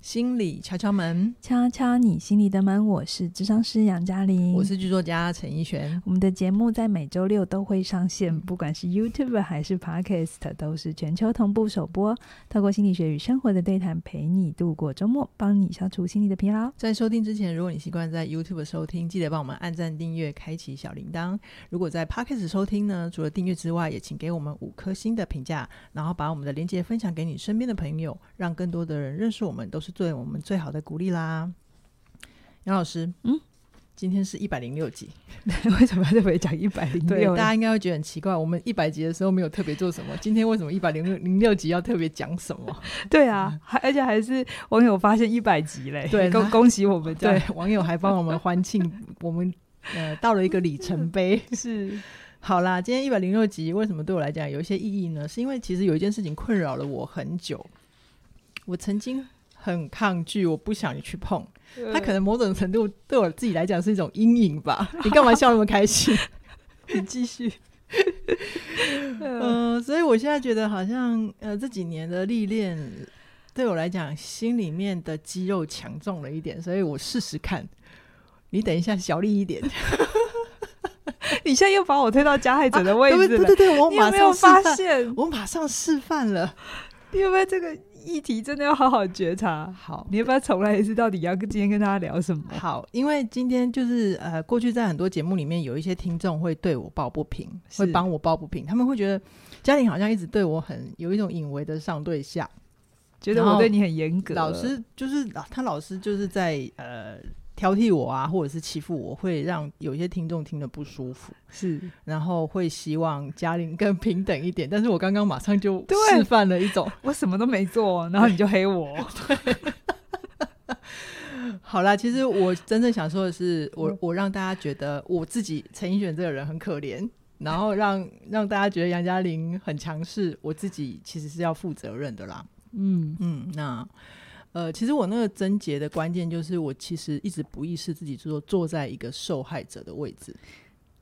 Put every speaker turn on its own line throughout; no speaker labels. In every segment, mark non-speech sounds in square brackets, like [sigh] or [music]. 心理敲敲门，
敲敲你心里的门，我是智商师杨嘉玲，
我是剧作家陈奕璇。
我们的节目在每周六都会上线，不管是 YouTube 还是 Podcast，都是全球同步首播。透过心理学与生活的对谈，陪你度过周末，帮你消除心理的疲劳。
在收听之前，如果你习惯在 YouTube 收听，记得帮我们按赞、订阅、开启小铃铛。如果在 Podcast 收听呢，除了订阅之外，也请给我们五颗星的评价，然后把我们的链接分享给你身边的朋友，让更多的人认识我们，都是对我们最好的鼓励啦。杨老师，
嗯，
今天是一百零六集，
[laughs] 为什么要特别讲一百零
对，
六
大？家应该会觉得很奇怪，我们一百集的时候没有特别做什么，今天为什么一百零六零六集要特别讲什
[laughs]
么？
对啊，还而且还是网友发现一百集 [laughs] 嘞，
对
恭
他
恭喜我们这
对
样，，
网友还帮我们欢庆， [laughs] 我们呃到了一个里程
[laughs]
碑。
是
好啦，今天一百零六集为什么对我来讲有一些意义呢？是因为其实有一件事情困扰了我很久，我曾经很抗拒，我不想去碰。
嗯呃
它可能某种程度对我自己来讲是一种阴影
[laughs]
吧。你干嘛笑那么开心？
你继续。嗯
嗯、所以我现在觉得好像呃这几年的历练，对我来讲心里面的肌肉强壮了一点，所以我试试看。你等一下，小力一点。
你现在又把我推到加害者的位
对
置
对
了
对，对，我
你有
马
没有
上示
发
范，
现？
我马上示范了。
你有没有这个议题真的要好好觉察？
好，
你要不要重来一次？到底要跟今天跟大家聊什么？
好，因为今天就是呃，过去在很多节目里面，有一些听众会对我抱不平，会
是
帮我抱不平，他们会觉得嘉玲好像一直对我很有一种隐微的上对下，
觉得
然后
我对你很严格，
老师就是老他老师就是在呃挑剔我啊，或者是欺负我，会让有一些听众听得不舒服，
是
然后会希望嘉玲更平等一点。但是我刚刚马上就
对
示范了一种，
我什么都没 [laughs] 做，然后你就黑我，
好啦，其实我真正想说的是，
嗯
我我让大家觉得我自己陈奕迅这个人很可怜，然后让让大家觉得杨嘉玲很强势，我自己其实是要负责任的啦。
嗯，
嗯，那呃，其实我那个症结的关键就是，我其实一直不意识自己坐坐在一个受害者的位置。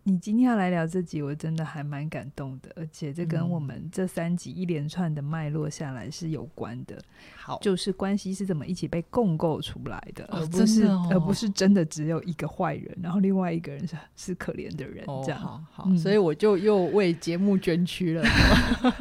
你今天要来聊这集，我真的还蛮感动的，而且这跟
嗯
我们这三集一连串的脉络下来是有关的，
好，
就是关系是怎么一起被共构出来的，
哦
而不是、
真的哦
而不是真的只有一个坏人，然后另外一个人是是可怜的人，
哦
这，样
好好，
嗯
所以我就又为节目捐躯了。 [laughs]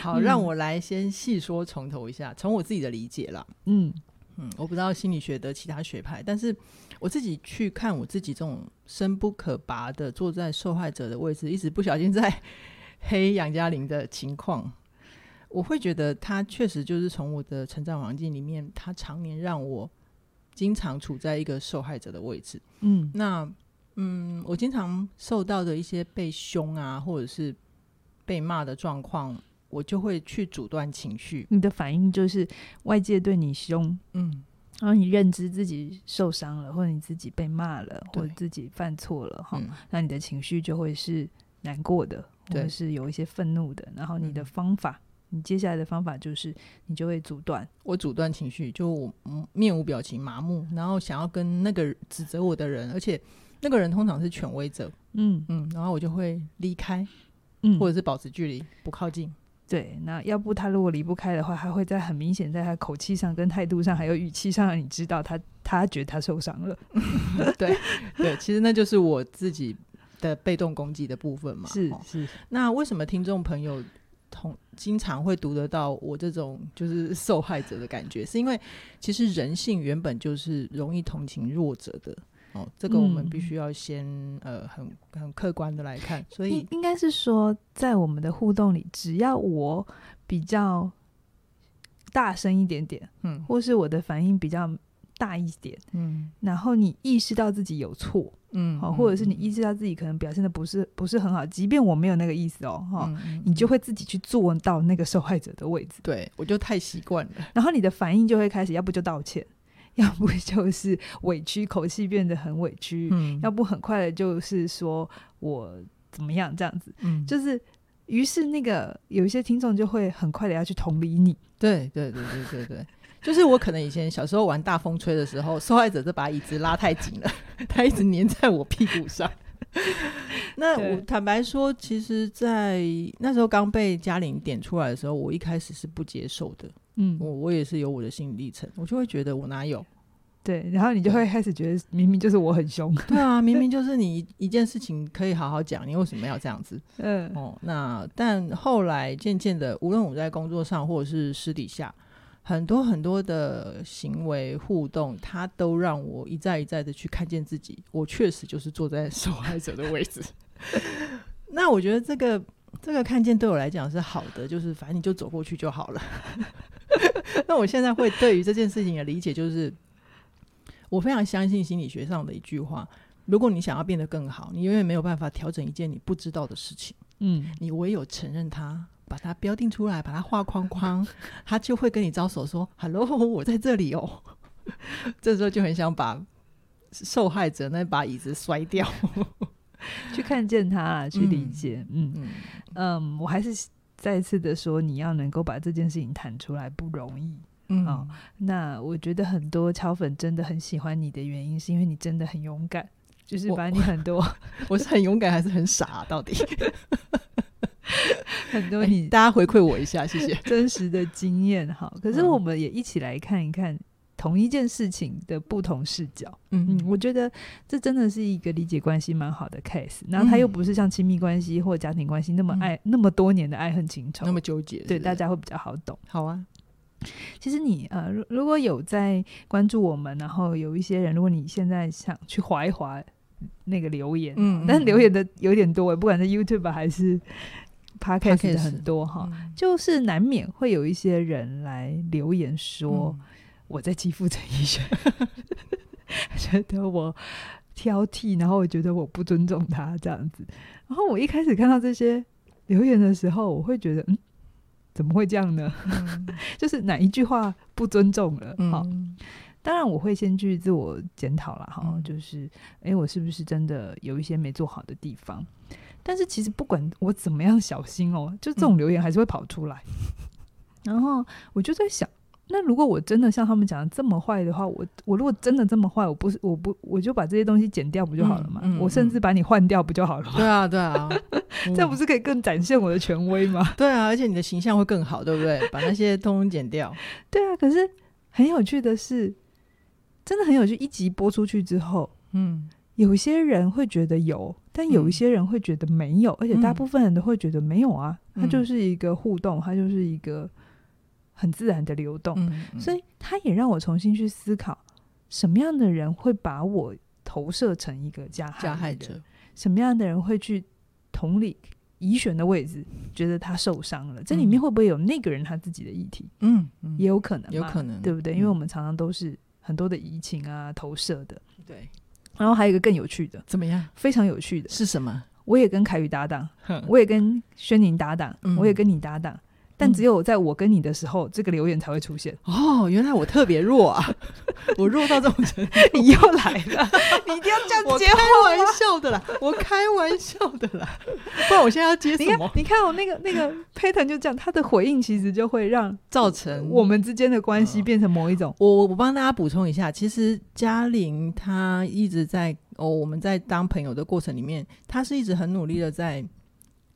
好，
嗯
让我来先细说从头一下，从我自己的理解啦。
嗯，
嗯，我不知道心理学的其他学派，但是我自己去看我自己这种深不可拔的坐在受害者的位置，一直不小心在 [laughs] 黑杨嘉玲的情况，我会觉得她确实就是从我的成长环境里面，她常年让我经常处在一个受害者的位置。
嗯
那嗯，我经常受到的一些被凶啊，或者是被骂的状况，我就会去阻断情绪。
你的反应就是外界对你凶，
嗯，
然后你认知自己受伤了，或者你自己被骂了，
对
或者自己犯错了，哈、
嗯
那你的情绪就会是难过的，或
对
者是有一些愤怒的。然后你的
嗯
方法，你接下来的方法就是你就会阻断，
我阻断情绪，就我嗯面无表情、麻木，然后想要跟那个指责我的人，而且那个人通常是权威者，
嗯
嗯，然后我就会离开，
嗯，
或者是保持距离，不靠近。
对。那要不他如果离不开的话，他会在很明显在他口气上、跟态度上，还有语气上，让你知道他他觉得他受伤了，
对，其实那就是我自己的被动攻击的部分嘛。
是
哦
是，
那为什么听众朋友同经常会读得到我这种就是受害者的感觉？是因为其实人性原本就是容易同情弱者的。哦，这个我们
嗯
必须要先、呃很很客观的来看，所以
应应该是说，在我们的互动里，只要我比较大声一点点，
嗯
或是我的反应比较大一点，
嗯
然后你意识到自己有错，
嗯
好、或者是你
一
意识到自己可能表现的不是不是很好，即便我没有那个意思哦，哈、
嗯嗯
你就会自己去坐到那个受害者的位置，
对我就太习惯了，
然后你的反应就会开始，要不就道歉， [laughs] 要不就是委屈，口气变得很委屈，
嗯
要不很快的就是说我怎么样这样子，
嗯就
就是。于是，那个有一些听众就会很快的要去同理你，
对对对对对对。就是我可能以前小时候玩大风吹的时候，受害者这把椅子拉太紧了， [laughs] 他一直粘在我屁股上。 [laughs] 那
对
我坦白说，其实，在那时候刚被嘉玲点出来的时候，我一开始是不接受的。
嗯，
我我也是有我的心理历程，我就会觉得我哪有？ [laughs]
对，然后你就会开始觉得明明就是我
[laughs]
很凶，
对啊，明明就是你一一件事情可以好好讲，你为什么要这样子？
嗯
哦，那但后来渐渐的，无论我在工作上或者是私底下，很多很多的行为互动，它都让我一再一再的去看见自己，我确实就是坐在 [laughs] 受害者的位置。 [laughs] 那我觉得这个这个看见对我来讲是好的，就是反正你就走过去就好了。 [laughs] 那我现在会对于这件事情的理解就是，我非常相信心理学上的一句话：如果你想要变得更好，你永远没有办法调整一件你不知道的事情。
嗯，
你唯有承认它，把它标定出来，把它画框框， [laughs] 它就会跟你招手说 “hello，我在这里哦”。 [laughs] 这时候就很想把受害者那把椅子摔掉。
去看见他啊，去理解，嗯
嗯，
嗯，我还是再次的说，你要能够把这件事情谈出来不容易。
嗯
哦那我觉得很多超粉真的很喜欢你的原因，是因为你真的很勇敢，就是
我
把你很
[laughs]
多
我是很勇敢还是很傻啊、到底，哎
很多你
大家回馈我一下，谢谢。
真实的经验哈。可是
嗯
我们也一起来看一看同一件事情的不同视角。 [laughs] 嗯，我觉得这真的是一个理解关系蛮好的 case。然后它又不是像亲密关系或家庭关系那么爱、那么多年的爱恨情仇
嗯那，么纠结是不是，
对大家会比较好懂。
好啊。
其实你呃，如如果有在关注我们，然后有一些人，如果你现在想去划一划那个留言，
嗯
但是留言的有点多，欸不管是 YouTube 还是 Podcast
Podcast
的很多哈，
嗯
就是难免会有一些人来留言说、
嗯
我在欺负陈奕迅， [laughs] 觉得我挑剔，然后我觉得我不尊重他这样子。然后我一开始看到这些留言的时候，我会觉得嗯，怎么会这样呢？ [laughs] 就是哪一句话不尊重了？
嗯
好，当然我会先去自我检讨啦。哈、
嗯
就是诶，我是不是真的有一些没做好的地方？但是其实不管我怎么样小心哦，就这
嗯
种留言还是会跑出来。然后我就在想，那如果我真的像他们讲的这么坏的话，我我如果真的这么坏，我不是我不我就把这些东西剪掉不就好了嘛？
嗯嗯
我甚至把你换掉不就好了吗？
对啊，对啊，
[laughs] 这样不
是
是可以更展现我的权威吗？
对啊，而且你的形象会更好，对不对？把那些通通剪掉。
[laughs] 对啊，可是很有趣的是，真的很有趣。一集播出去之后，
嗯
有些人会觉得有，但有一些人会觉得没有，而且大部分人都会觉得没有啊。它
嗯
就是一个互动，它就是一个很自然的流动，
嗯，嗯
所以它也让我重新去思考，什么样的人会把我投射成一个加害
嗯加害
人
者，
什么样的人会去同理乙选的位置，觉得他受伤了？这里面会不会有那个人他自己的议题？
嗯嗯
也有可能嘛，
有可能
对不对？
嗯
因为我们常常都是很多的移情啊、投射的。
对，
然后还有一个更有趣的，
怎么样？
非常有趣的，
是什么？
我也跟凯宇搭档，
哼
我也跟轩宁搭档，
嗯
我也跟你搭档，但只有在我跟你的时候，这个留言才会出现。
哦，原来我特别弱啊！我弱到这种程度，
[laughs] 你又来了，你一定要这样
我
接
开。玩笑的啦，我开玩笑的啦，不然我现在要
[laughs]
接
你
什
看
么，？
你看我 [laughs] 那个那个 pattern 就这样，他的回应其实就会让
造成
我们之间的关系
嗯
变成某一种，
我我我帮大家补充一下，其实嘉玲她一直在哦，我们在当朋友的过程里面，她是一直很努力的在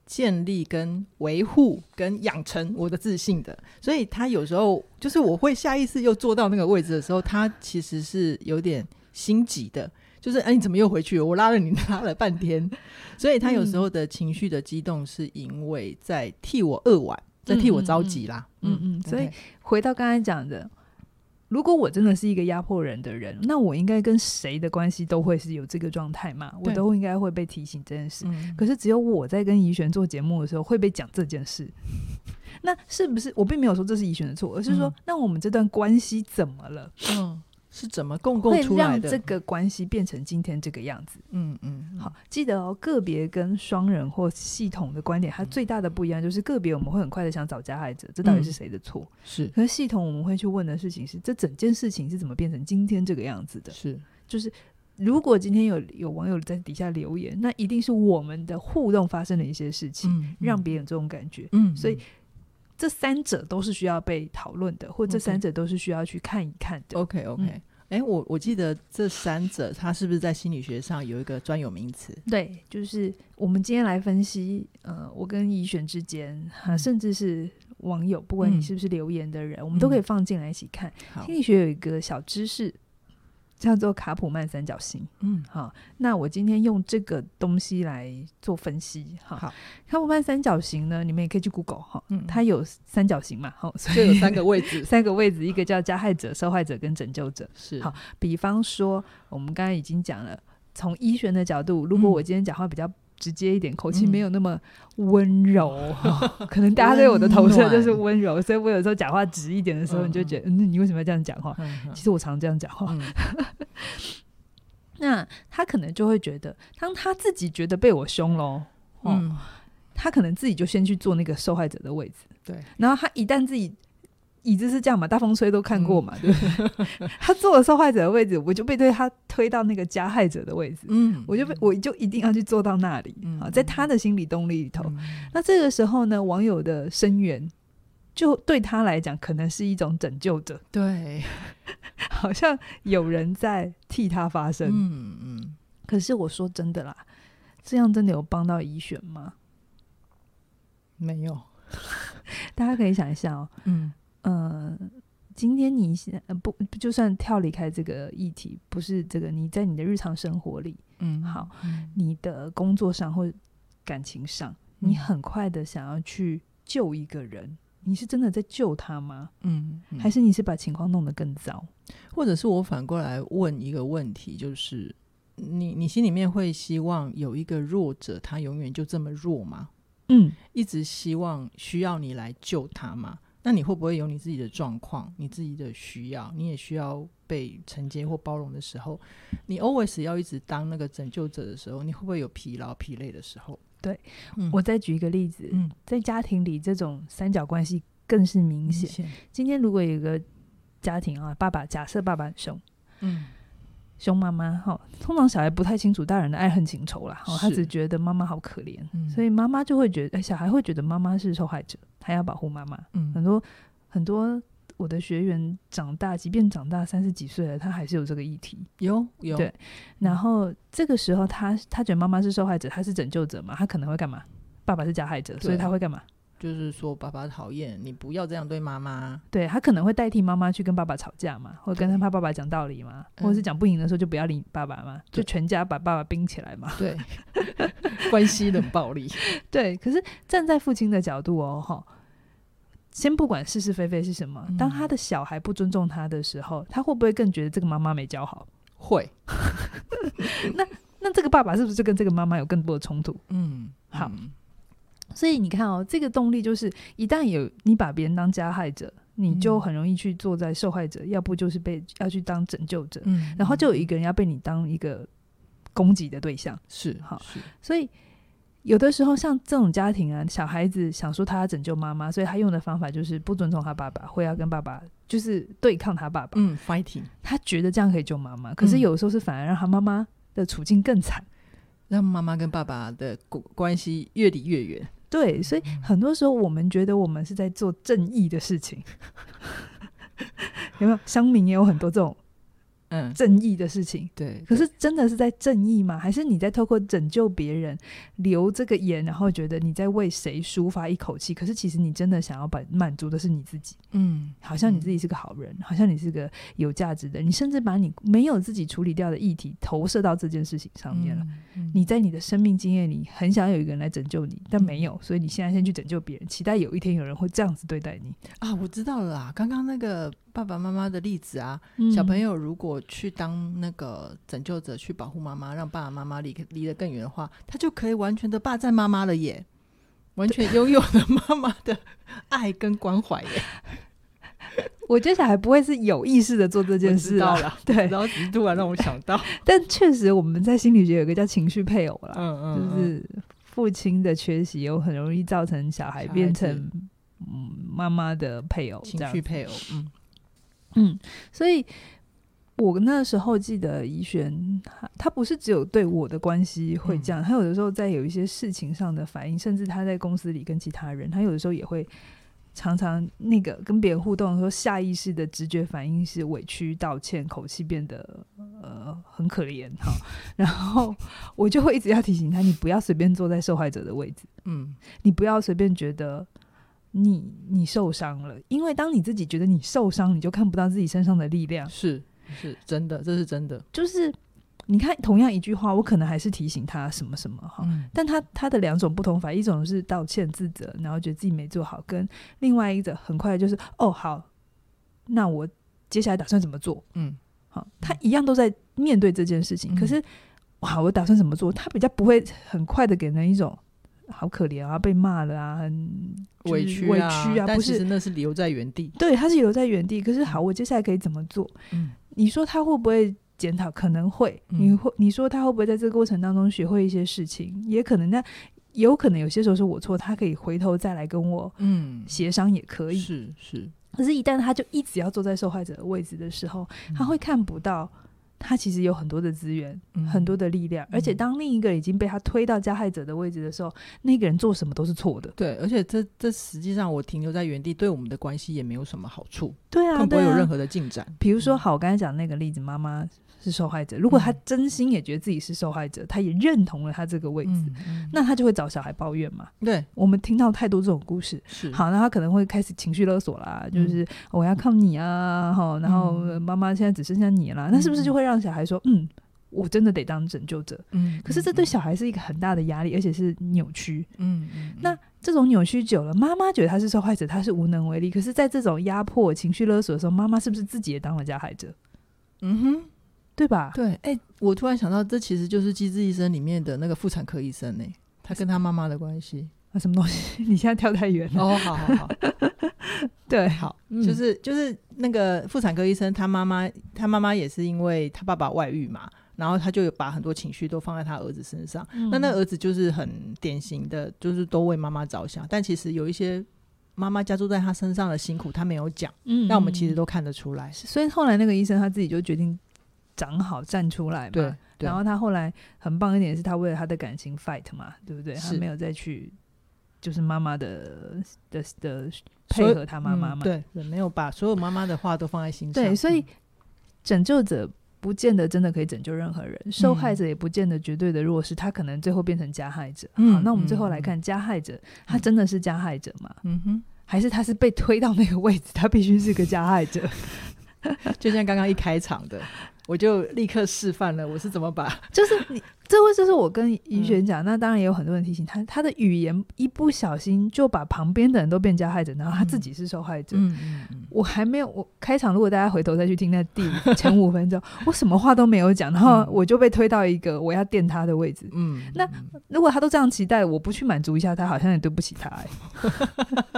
建立、跟维护、跟养成我的自信的。所以她有时候就是我会下意识又坐到那个位置的时候，她其实是有点心急的，就是哎你怎么又回去了？我拉了你 [laughs] 拉了半天，所以她有
嗯
时候的情绪的激动是因为在替我扼腕，在替我着急啦。
嗯嗯，所以回到刚才讲的，如果我真的是一个压迫人的人，那我应该跟谁的关系都会是有这个状态嘛？我
对
都应该会被提醒这件事。
嗯
可是只有我在跟怡璇做节目的时候会被讲这件事， [laughs] 那是不是我并没有说这是怡璇的错，而是说、
嗯
那我们这段关系怎么了，
嗯，是怎么共
会
共出来
让
的？
这个关系变成今天这个样子？
嗯嗯，
好，记得哦，个别跟双人或系统的观点，
嗯
它最大的不一样就是个别我们会很快的想找加害者，这到底是
嗯
谁的错？
是
可是系统我们会去问的事情是，这整件事情是怎么变成今天这个样子的？
是，
就是如果今天有有网友在底下留言，那一定是我们的互动发生了一些事情，
嗯
让别人有这种感觉。
嗯，
所以这三者都是需要被讨论的，或这
OK
三者都是需要去看一看的。
OK OK，哎，我我记得这三者，它是不是在心理学上有一个专有名词？
对，就是我们今天来分析，呃，我跟怡璇之间，啊，
嗯
甚至是网友，不管你
嗯
是不是留言的人，我们都可以放进来一起看。
好
心，理学有一个小知识叫做卡普曼三角形。
嗯，
好，那我今天用这个东西来做分析哈。
好，
卡普曼三角形呢，你们也可以去 Google 哈，
嗯
它有三角形嘛，好，所以 [laughs]
就有三个位置，
三个位置，一个叫加害者、受害者跟拯救者。
是
[laughs] 好，比方说，我们刚刚已经讲了，从医学的角度，如果
嗯
我今天讲话比较直接一点，口气没
嗯
有那么温柔，可能大家对我的投射就是温柔，所以我有时候讲话直一点的时候，你就觉得，嗯，你为什么要这样讲话？
嗯
其实我常这样讲话，
嗯
[laughs] 那他可能就会觉得，当他自己觉得被我凶喽，哦，
嗯，
他可能自己就先去坐那个受害者的位置，
对，
然后他一旦自己。椅子是这样嘛，大风吹都看过
嗯
嘛，对不对？ [laughs] 他坐了受害者的位置，我就被对他推到那个加害者的位置，
嗯
我就被我就一定要去坐到那里
嗯
啊，在他的心理动力里头。
嗯
那这个时候呢，网友的声援就对他来讲，可能是一种拯救者， [laughs]
对，
好像有人在替他发声。
嗯嗯，
可是我说真的啦，这样真的有帮到乙选吗？
没有，
大家可以想一下哦，
嗯
呃，今天你现呃不就算跳离开这个议题，不是这个，你在你的日常生活里，
嗯，
好
嗯，
你的工作上或感情上，
嗯
你很快的想要去救一个人，你是真的在救他吗？
嗯，嗯
还是你是把情况弄得更糟？
或者是我反过来问一个问题，就是你你心里面会希望有一个弱者，他永远就这么弱吗？
嗯，
一直希望需要你来救他吗？那你会不会有你自己的状况、你自己的需要，你也需要被承接或包容的时候？你 always 要一直当那个拯救者的时候，你会不会有疲劳、疲累的时候？
对，
嗯、
我再举一个例子，
嗯
在家庭里这种三角关系更是明
明
显。
显，
今天如果有一个家庭啊，爸爸假设爸爸很凶，
嗯
凶妈妈哈，通常小孩不太清楚大人的爱恨情仇啦，哈，他
是
只觉得妈妈好可怜，
嗯
所以妈妈就会觉得、哎小孩会觉得妈妈是受害者，他要保护妈妈。很
嗯
多很多我的学员长大，即便长大三十几岁了，他还是有这个议题。
有有
对然后这个时候他，他觉得妈妈是受害者，他是拯救者嘛，他可能会干嘛？爸爸是加害者，所以
对
他会干嘛？
就是说爸爸讨厌你，不要这样对妈妈。
对他可能会代替妈妈去跟爸爸吵架嘛，或者跟他爸爸讲道理嘛，
嗯
或者是讲不赢的时候就不要理爸爸嘛，就
对
全家把爸爸冰起来嘛。
对， [laughs] 关系冷暴力。
对，可是站在父亲的角度哦，哈，先不管是是非非是什么，当他
嗯
的小孩不尊重他的时候，他会不会更觉得这个妈妈没教好？
会，
那这个爸爸是不是就跟这个妈妈有更多的冲突？
嗯，
好
嗯
所以你看哦，这个动力就是一旦有你把别人当加害者，你就
嗯
很容易去坐在受害者，要不就是被要去当拯救者，
嗯，
然后就有一
嗯
个人要被你当一个攻击的对象。
是
好
是
所以有的时候像这种家庭啊，小孩子想说他要拯救妈妈，所以他用的方法就是不尊重他爸爸，会要跟爸爸就是对抗他爸爸。
嗯，fighting，
他觉得这样可以救妈妈，可是
嗯
有的时候是反而让他妈妈的处境更惨。
让妈妈跟爸爸的关关系越离越远。
对，所以很多时候我们觉得我们是在做正义的事情， [laughs] 有没有？乡民也有很多这种
嗯，
正义的事情，
对。
可
对
是真的是在正义吗？还是你在透过拯救别人留这个言，然后觉得你在为谁抒发一口气？可是其实你真的想要把满足的是你自己，
嗯，
好像你自己是个好人，好像你是个有价值的人，你甚至把你没有自己处理掉的议题投射到这件事情上面了。
嗯，嗯
你在你的生命经验里很想有一个人来拯救你，
嗯
但没有，所以你现在先去拯救别人，期待有一天有人会这样子对待你。
啊，我知道了啦。刚刚那个爸爸妈妈的例子啊，
嗯
小朋友如果去当那个拯救者，去保护妈妈，让爸爸妈妈离离得更远的话，他就可以完全的霸占妈妈了耶，完全拥有了妈妈的爱跟关怀
[laughs]
耶。
我觉得小孩不会是有意识的做这件
我知
事
道
啊，
了，
对
然，后只是突然让我想到，
但确实我们在心理学有一个叫情绪配偶啦，
嗯嗯，
[laughs] 就
嗯
是父亲的缺席有很容易造成小孩
小孩
变
子
成嗯妈妈的配偶这
情
样
绪配偶，嗯
嗯，所以我那时候记得怡璇，他他不是只有对我的关系会这样，他有的时候在有一些事情上的反应，甚至他在公司里跟其他人，他有的时候也会常常那个跟别人互动的时候，下意识的直觉反应是委屈、道歉，口气变得呃很可怜哈。 [laughs] 然后我就会一直要提醒他，你不要随便坐在受害者的位置，
嗯
你不要随便觉得。你你受伤了，因为当你自己觉得你受伤，你就看不到自己身上的力
嗯
量。
是是真的，这是真的。
就是你看，同样一句话，我可能还是提醒他什么什么哈，
嗯，
但他他的两种不同法，一种是道歉自责，然后觉得自己没做好，跟另外一个很快就是哦好，那我接下来打算怎么做？
嗯，
好，他一样都在面对这件事情，
嗯
可是哇，我打算怎么做？他比较不会很快的给人一种好可怜啊，被骂了啊，很就是
委屈
委
啊，
屈啊，
但
不
其实
是
那是留在原地。
对，他是留在原地。可是好，我接下来可以怎么做？
嗯
你说他会不会检讨？可能会。
嗯
你会你说他会不会在这个过程当中学会一些事情？也可能。那有可能有些时候是我错，他可以回头再来跟我
嗯，
协商，也可以。
是是，
可是，一旦他就一直要坐在受害者的位置的时候，他
嗯
会看不到他其实有很多的资源，
嗯
很多的力量。而且，
嗯
当另一个已经被他推到加害者的位置的时候，那个人做什么都是错的。
对，而且这这实际上我停留在原地，对我们的关系也没有什么好处，
对啊，
更不会
对
有
啊
任何的进展。
比如说，好，我刚才讲那个例子，妈妈是受害者。如果她
嗯
真心也觉得自己是受害者，她也认同了她这个位置，
嗯，嗯
那她就会找小孩抱怨嘛。
对
我们听到太多这种故事。
是，
好，那她可能会开始情绪勒索啦，就是、我要靠你啊，哈，然后
嗯
妈妈现在只剩下你啦，那是不是就会让小孩说，嗯，我真的得当拯救者？
嗯，嗯，
可是这对小孩是一个很大的压力，而且是扭曲。
嗯，嗯嗯
那这种扭曲久了，妈妈觉得她是受害者，她是无能为力。可是，在这种压迫、情绪勒索的时候，妈妈是不是自己也当了加害者？
嗯哼。
对吧？
对，哎、我突然想到，这其实就是《机智医生》里面的那个妇产科医生呢、他跟他妈妈的关系。
啊，什么东西？ [laughs] 你现在跳太远了。
哦，好好好
对，
好，
嗯
就是就是那个妇产科医生，他妈妈他妈妈也是因为他爸爸外遇嘛，然后他就有把很多情绪都放在他儿子身上。那那
嗯
儿子就是很典型的，就是都为妈妈着想，但其实有一些妈妈加注在他身上的辛苦，他没有讲，
嗯
那我们其实，都看得出来。
所以后来那个医生他自己就决定长好站出来嘛。
对。对
然后他后来很棒一点是他为了他的感情 fight 嘛，对不对？他
是
没有再去就是妈妈的的的
所
配
以
合他妈妈
嗯
嘛。
对对，没有把所有妈妈的话都放在心上。
对，所以
嗯
拯救者不见得真的可以拯救任何人，受害者也不见得绝对的弱势，他可能最后变成加害者。
嗯
好，那我们最后
嗯
来
嗯
看加害者，他真的是加害者吗？
嗯哼。
还是他是被推到那个位置，他必须是个加害者？
就像刚刚一开场的，我就立刻示范了我是怎么把
就是你，这会就是我跟
嗯
怡璇讲，那当然也有很多人提醒他，他的语言一不小心就把旁边的人都变加害者，然后他自己是受害者。
嗯嗯
我还没有，我开场如果大家回头再去听那第五前五分钟，我什么话都没有讲，然后
嗯
我就被推到一个我要垫他的位置。
嗯，
那如果他都这样期待，我不去满足一下他，好像也对不起他、欸。 [laughs]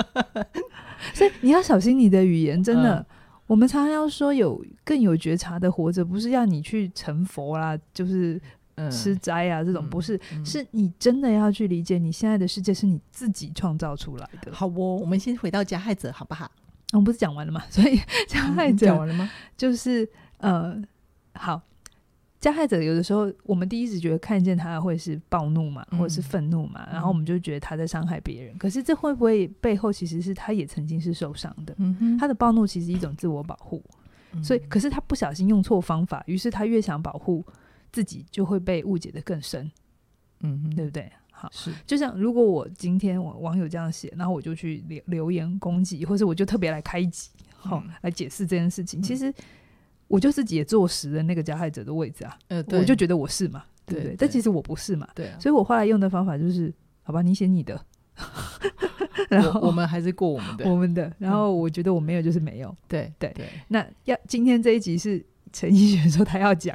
所以你要小心你的语言，真的。
嗯
我们常常要说有更有觉察的活着，不是要你去成佛啦，就是
嗯
吃斋啊、这种，
嗯
不是，
嗯
是你真的要去理解你现在的世界是你自己创造出来的。
好哦，我们先回到加害者好不好？
我们不是讲完了吗？ [laughs] 所以加害
嗯
者
讲完了吗？
就是呃，好，加害者有的时候，我们第一直觉得看见他会是暴怒嘛，
嗯
或者是愤怒嘛，然后我们就觉得他在伤害别人。可是这会不会背后其实是他也曾经是受伤的？
嗯哼嗯
他的暴怒其实一种自我保护，所以可是他不小心用错方法，于是他越想保护自己，就会被误解的更深，
嗯哼
对不对？好，
是
就像如果我今天我网友这样写，然后我就去留留言攻击，或者我就特别来开一集，好、
嗯
来解释这件事情。
嗯
其实我就自己也坐实了那个加害者的位置啊，
呃，
我就
对
觉得我是嘛，对不
对
对？
对
但其实我不是嘛，
对啊，
所以我后来用的方法就是，好吧，你写你的， [laughs] 然后
我我们还是过我们的，
我们的，然后我觉得我没有就是没有。
对
对
对，
那要今天这一集是陈奕迅说他要讲，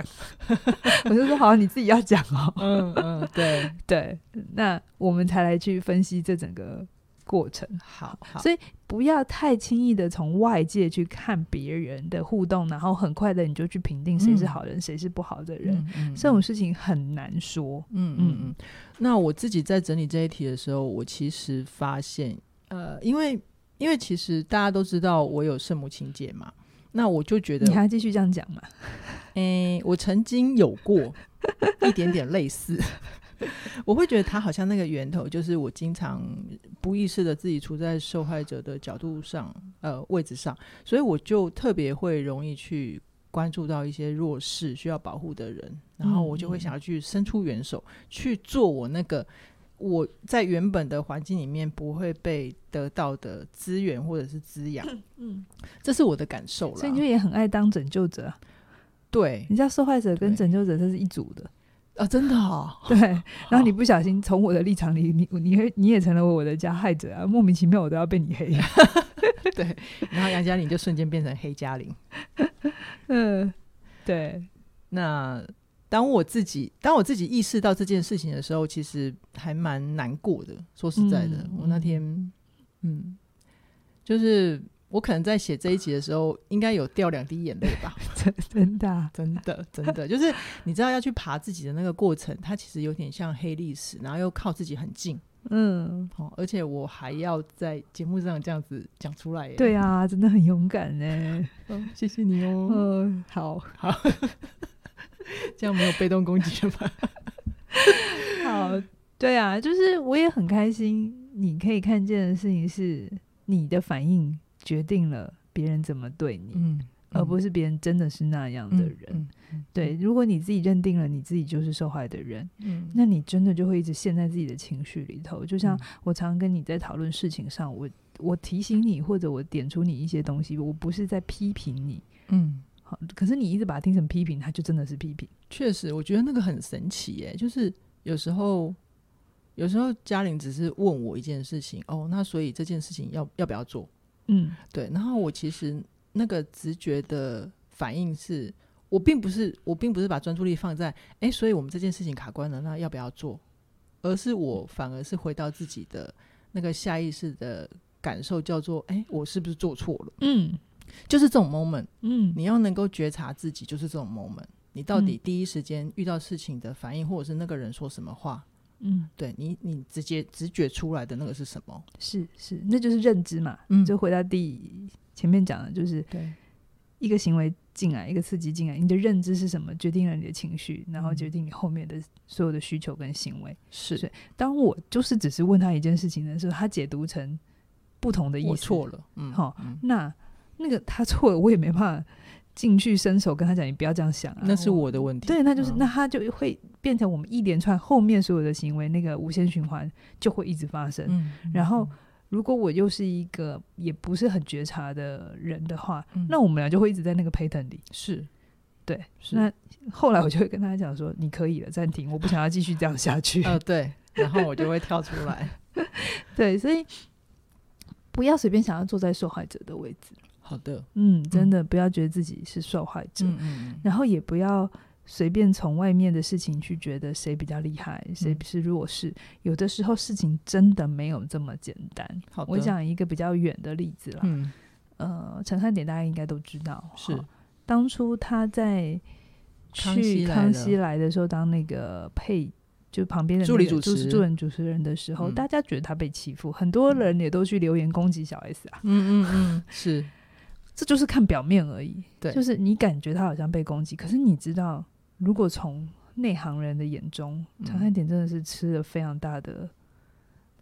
[laughs] 我就说好，你自己要讲哦。
嗯嗯 [laughs] 对，
对，那我们才来去分析这整个过程。
好好，
所以不要太轻易的从外界去看别人的互动，然后很快的你就去评定谁是好人，谁是不好的人。
嗯嗯
这种事情很难说。
嗯嗯嗯。那我自己在整理这一题的时候，我其实发现，呃，因为因为其实大家都知道我有圣母情节嘛，那我就觉得
你还要继续这样讲吗？
诶、我曾经有过一点点类似， [laughs] 我会觉得它好像那个源头就是我经常不意识的自己处在受害者的角度上，呃，位置上，所以我就特别会容易去关注到一些弱势需要保护的人，然后我就会想要去伸出援手去做我那个。我在原本的环境里面不会被得到的资源或者是滋养，
嗯，
这是我的感受了。
所以你就也很爱当拯救者啊，
对
你知道受害者跟
对
拯救者这是一组
[laughs]
的，
啊，真的哦，
对。然后你不小心从我的立场里，你你会你也成了我的加害者啊，莫名其妙我都要被你黑。 [laughs]
对，然后杨嘉玲就瞬间变成黑嘉玲。
嗯，对，
那当我自己当我自己意识到这件事情的时候，其实还蛮难过的。说实在的，
嗯
我那天，嗯，就是我可能在写这一集的时候，应该有掉两滴眼泪吧。
真真的啊、
真的，真的，就是你知道要去爬自己的那个过程，它其实有点像黑历史，然后又靠自己很近，
嗯，
哦，而且我还要在节目上这样子讲出来耶，
对啊，真的很勇敢呢、
[laughs] 嗯，谢谢你哦，
嗯，好
[laughs] 这样没有被动攻击了吧？
好，对啊，就是我也很开心，你可以看见的事情是你的反应决定了别人怎么对你，
[laughs] [laughs] 嗯，
而不是别人真的是那样的人。
嗯，嗯，
对，如果你自己认定了你自己就是受害的人，
嗯，
那你真的就会一直陷在自己的情绪里头。就像
嗯
我常跟你在讨论事情上，我我提醒你或者我点出你一些东西，我不是在批评你，
嗯，
好，可是你一直把它听成批评，它就真的是批评。
确实，我觉得那个很神奇耶，就是有时候。有时候嘉玲只是问我一件事情，哦，那所以这件事情要要不要做？
嗯
对，然后我其实那个直觉的反应是，我并不是我并不是把专注力放在，哎，所以我们这件事情卡关了，那要不要做？而是
嗯
我反而是回到自己的那个下意识的感受，叫做，哎，我是不是做错了？
嗯
就是这种 moment，
嗯
你要能够觉察自己，就是这种 moment，你到底
嗯
第一时间遇到事情的反应，或者是那个人说什么话，
嗯，
对你你直接直觉出来的那个是什么？
是是，那就是认知嘛。
嗯
就回到第前面讲的，就是
对，
一个行为进来，一个刺激进来，你的认知是什么，决定了你的情绪，然后
嗯
决定你后面的所有的需求跟行为。
是
是当我就是只是问他一件事情的时候，他解读成不同的意思，
我错。了，嗯，
好
嗯
那那个他错了，我也没办法进去伸手跟他讲，你不要这样想啊。
那是我的问题。
对，那就是、
嗯
那他就会变成我们一连串后面所有的行为，那个无限循环就会一直发生。
嗯，
然后，如果我又是一个也不是很觉察的人的话，
嗯
那我们俩就会一直在那个 pattern 里。
是
对，
是
那后来我就会跟他讲说：“你可以了，暂停，我不想要继续这样下去。
呃对，然后我就会跳出来。
[laughs] 对，所以不要随便想要坐在受害者的位置。
[laughs] 好的，
嗯，真的不要觉得自己是受害者，
嗯嗯嗯
然后也不要随便从外面的事情去觉得谁比较厉害，
嗯
谁是弱势。有的时候事情真的没有这么简单。
好的，
我讲一个比较远的例子啦，
嗯
呃，陈汉典大家应该都知道，
是
哈当初他在
康熙
去
来
康
了
熙来的时候当那个配。就旁边的
助
那
理
个
主
就是
持
助理主持人的时候，
嗯
大家觉得他被欺负，很多人也都去留言攻击小 S 啊，
嗯嗯嗯 [laughs] 是
这就是看表面而已。
对
就是你感觉他好像被攻击，可是你知道，如果从内行人的眼中，
嗯
陈汉典真的是吃了非常大的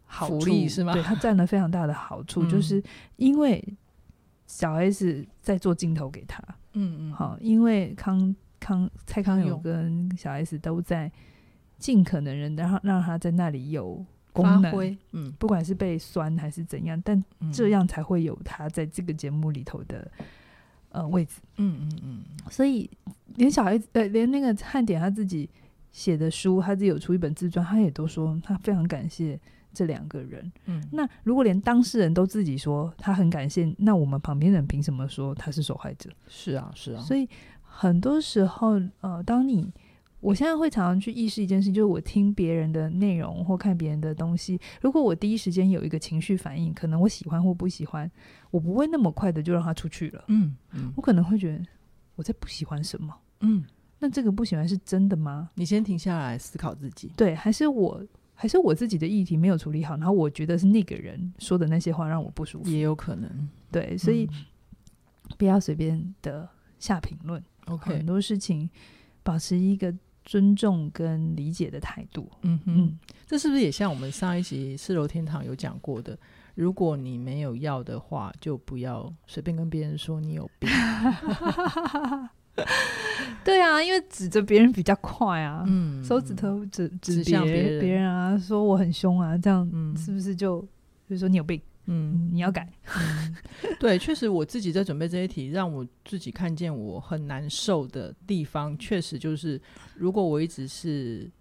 好处
福利是吗
对他占了非常大的好处，
嗯
就是因为小 S 在做镜头给他，
嗯嗯
好，因为康康蔡康
康
永
永
跟小 S 都在尽可能人让让他在那里有功
发
能。
挥，嗯，
不管是被酸还是怎样，但
嗯
这，样才会有他在这个节目里头的呃位置。
嗯嗯嗯
所以连小孩子呃，连那个汉典他自己写的书，他自己有出一本自传，他也都说他非常感谢这两个人。
嗯，
那如果连当事人都自己说他很感谢，那我们旁边人凭什么说他是受害者？
是啊是啊，
所以很多时候，呃，当你我现在会常常去意识一件事，就是我听别人的内容或看别人的东西，如果我第一时间有一个情绪反应，可能我喜欢或不喜欢，我不会那么快的就让他出去了，
嗯嗯
我可能会觉得我在不喜欢什么。
嗯，
那这个不喜欢是真的吗？
你先停下来思考自己，
对，还是我还是我自己的议题没有处理好，然后我觉得是那个人说的那些话让我不舒服。
也有可能
对，所以
嗯
不要随便的下评论，很
OK，
多事情保持一个尊重跟理解的态度。
嗯哼
嗯，
这是不是也像我们上一集四楼天堂有讲过的？如果你没有要的话，就不要随便跟别人说你有病。
对啊，因为指着别人比较快啊，
[laughs] 嗯
手指头指
指
指
向别
别
人
别人啊，说我很凶啊，这样
嗯
是不是就就说你有病，
嗯，
嗯你要改？
对，确实我自己在准备这一题，让我自己看见我很难受的地方，确实就是如果我一直是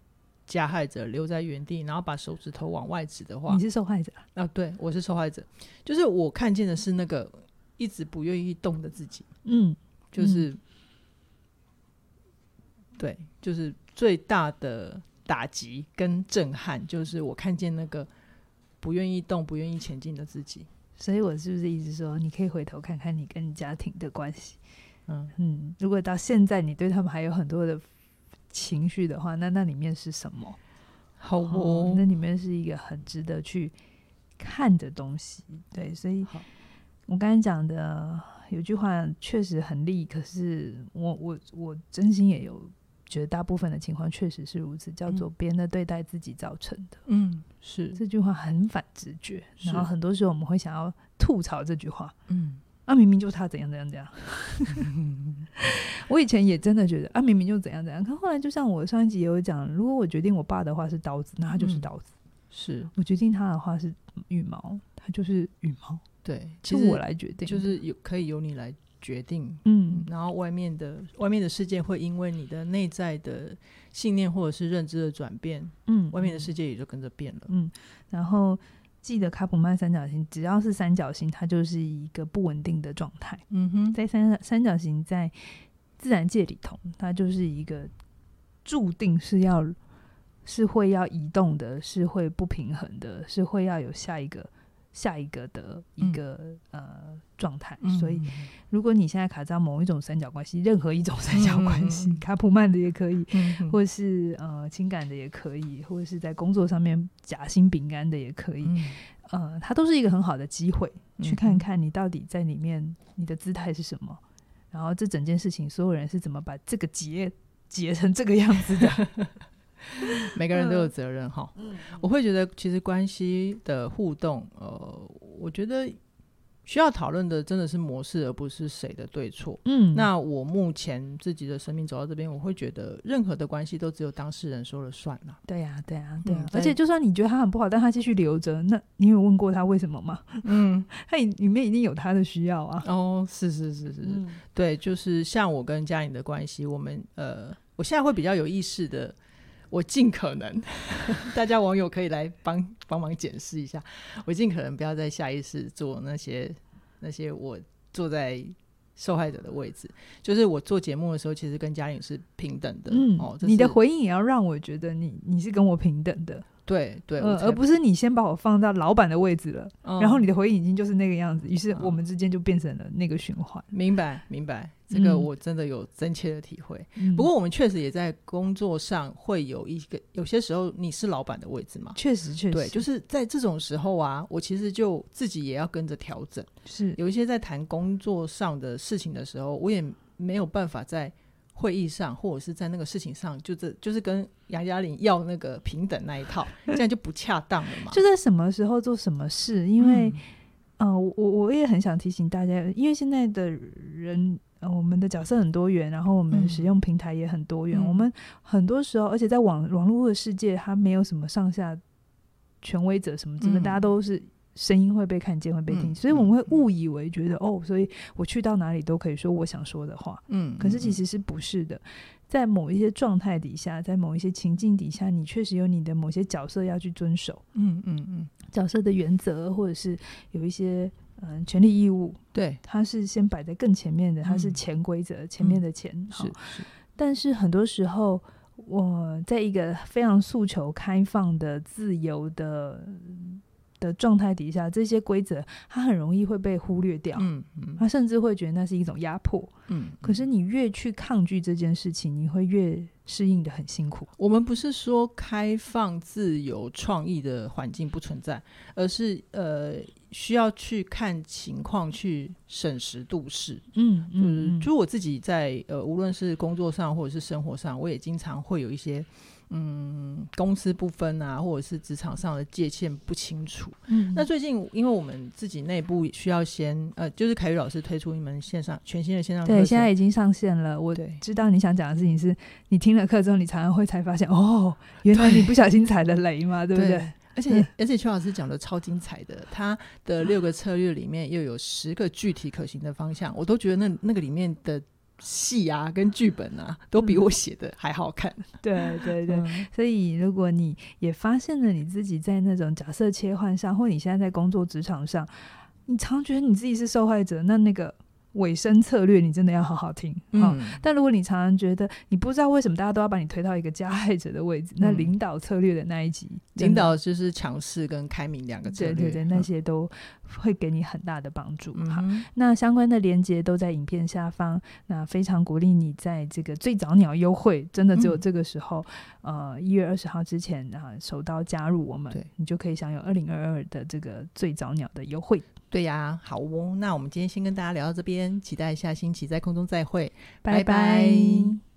加害者，留在原地，然后把手指头往外指的话
你，是受害者啊，
啊，对我是受害者，就是我看见的是那个一直不愿意动的自己，
嗯
就是、对，就是最大的打击跟震撼，就是我看见那个不愿意动、不愿意前进的自己。
所以我是不是一直说，你可以回头看看你跟你家庭的关系？
嗯
嗯，如果到现在你对他们还有很多的情绪的话，那那里面是什么？
好
哦，那里面是一个很值得去看的东西。对，所以
好
我刚才讲的有句话确实很利，可是我我我真心也有觉得大部分的情况确实是如此，叫做别人的对待自己造成的。
嗯，是，
这句话很反直觉，然后
是
很多时候我们会想要吐槽这句话。
嗯
啊，明明就他怎样怎样
[laughs]
怎样。我以前也真的觉得啊，明明就怎样怎样。可后来就像我上一集也有讲，如果我决定我爸的话是刀子，那他就是
嗯
刀子。
是，
我决定它的话是羽毛，它就是羽毛，
对，其
就
实
我来决定，
就是由可以由你来决定。
嗯，
然后外面的外面的世界会因为你的内在的信念或者是认知的转变，
嗯
外面的世界也就跟着变了。
然后记得卡普曼三角形，只要是三角形，它就是一个不稳定的状态。
嗯哼，
在三三角形在自然界里头，它就是一个注定是要是会要移动的，是会不平衡的，是会要有下一个下一个的一
嗯
个、呃状态，
嗯
所以。如果你现在卡在某一种三角关系，任何一种三角关系，
嗯嗯嗯
卡普曼的也可以，
嗯
[laughs]
哼
或是呃情感的也可以，或者是在工作上面夹心饼干的也可以，
嗯
呃，它都是一个很好的机会，
嗯
去看
哼
看你到底在里面你的姿态是什么，然后这整件事情所有人是怎么把这个结结成这个样
[laughs]
子的，
每个人都有
嗯
责任哈。我会觉得其实关系的互动，呃，我觉得需要讨论的真的是模式，而不是谁的对错。
嗯，
那我目前自己的生命走到这边，我会觉得任何的关系都只有当事人说了算
[laughs]
啦。
对呀、对呀、对呀、
嗯在
而且就算你觉得他很不好，但他继续留着，那你有问过他为什么吗？
嗯，
他里里面一定有他的需要啊，
哦，是是是是是，
嗯
对，就是像我跟嘉颖的关系，我们呃，我现在会比较有意识的，我尽可能， [laughs] 大家网友可以来帮帮忙检视一下，我尽可能不要在下意识做那些那些我坐在受害者的位置。就是我做节目的时候，其实跟嘉颖是平等的，
嗯，
哦，这
你的
是
回应也要让我觉得你你是跟我平等的，
对对，我
呃，
才
而不是你先把我放到老板的位置了，
嗯
然后你的回应已经就是那个样子，于是
嗯
我们之间就变成了那个循环。
明白明白，这个
嗯
我真的有真切的体会。
嗯
不过我们确实也在工作上会有一个，有些时候你是老板的位置嘛，
确实确实
对，就是在这种时候啊，我其实就自己也要跟着调整。
是
有一些在谈工作上的事情的时候，我也没有办法在会议上或者是在那个事情上，就这就是跟杨嘉玲要那个平等那一
[laughs]
套，这样就不恰当了嘛。
就在什么时候做什么事，因为、
嗯
呃，我我我也很想提醒大家，因为现在的人。呃，我们的角色很多元，然后我们
嗯
使用平台也很多元。
嗯
我们很多时候，而且在网网络的世界，它没有什么上下权威者什么之类，
嗯
大家都是声音会被看见、会被听，
嗯
所以我们会误以为觉得哦，所以我去到哪里都可以说我想说的话。
嗯
可是其
嗯
实是不是的，在某一些状态底下，在某一些情境底下，你确实有你的某些角色要去遵守，
嗯嗯嗯，
角色的原则，或者是有一些嗯、呃权利义务，
对，
它是先摆在更前面的，它是
嗯
潜规则，前面的前。好
是是，
但是很多时候，我在一个非常诉求开放的、自由的的状态底下，这些规则它很容易会被忽略掉，
嗯嗯
它甚至会觉得那是一种压迫。
嗯。
可是你越去抗拒这件事情，你会越适应的很辛苦。
我们不是说开放、自由、创意的环境不存在，而是呃需要去看情况去审时度势。
嗯
嗯，就我自己在呃，无论是工作上或者是生活上，我也经常会有一些嗯公私不分啊，或者是职场上的界限不清楚。
嗯
那最近因为我们自己内部需要先呃，就是凯宇老师推出一门线上全新的线上课
对，
程，
现在已经上线了。我
对
知道你想讲的事情是，你听了课之后，你常常会才发现，哦，原来你不小心踩了
[laughs]
雷嘛，对不对？嗯
对而且而且邱老师讲的超精彩的，他的六个策略里面又有十个具体可行的方向，我都觉得那那个里面的戏啊跟剧本啊，都
嗯
比我写的还好看。
对对对。
嗯
所以，如果你也发现了你自己在那种角色切换上，或你现在在工作职场上，你常觉得你自己是受害者，那那个尾声策略你真的要好好听。哦
嗯，
但如果你常常觉得你不知道为什么大家都要把你推到一个加害者的位置，那
嗯
领导策略的那一集，
领导就是强势跟开明两个策
对
略，
对对，那些都会给你很大的帮助。
嗯
好，
哼
那相关的连接都在影片下方。那非常鼓励你在这个最早鸟优惠，真的只有
嗯
这个时候，呃，一月二十号之前啊，手刀加入我们
对，
你就可以享有二零二二的这个最早鸟的优惠。
对呀、好哦。那我们今天先跟大家聊到这边，期待下星期在空中再会。拜
拜
拜
拜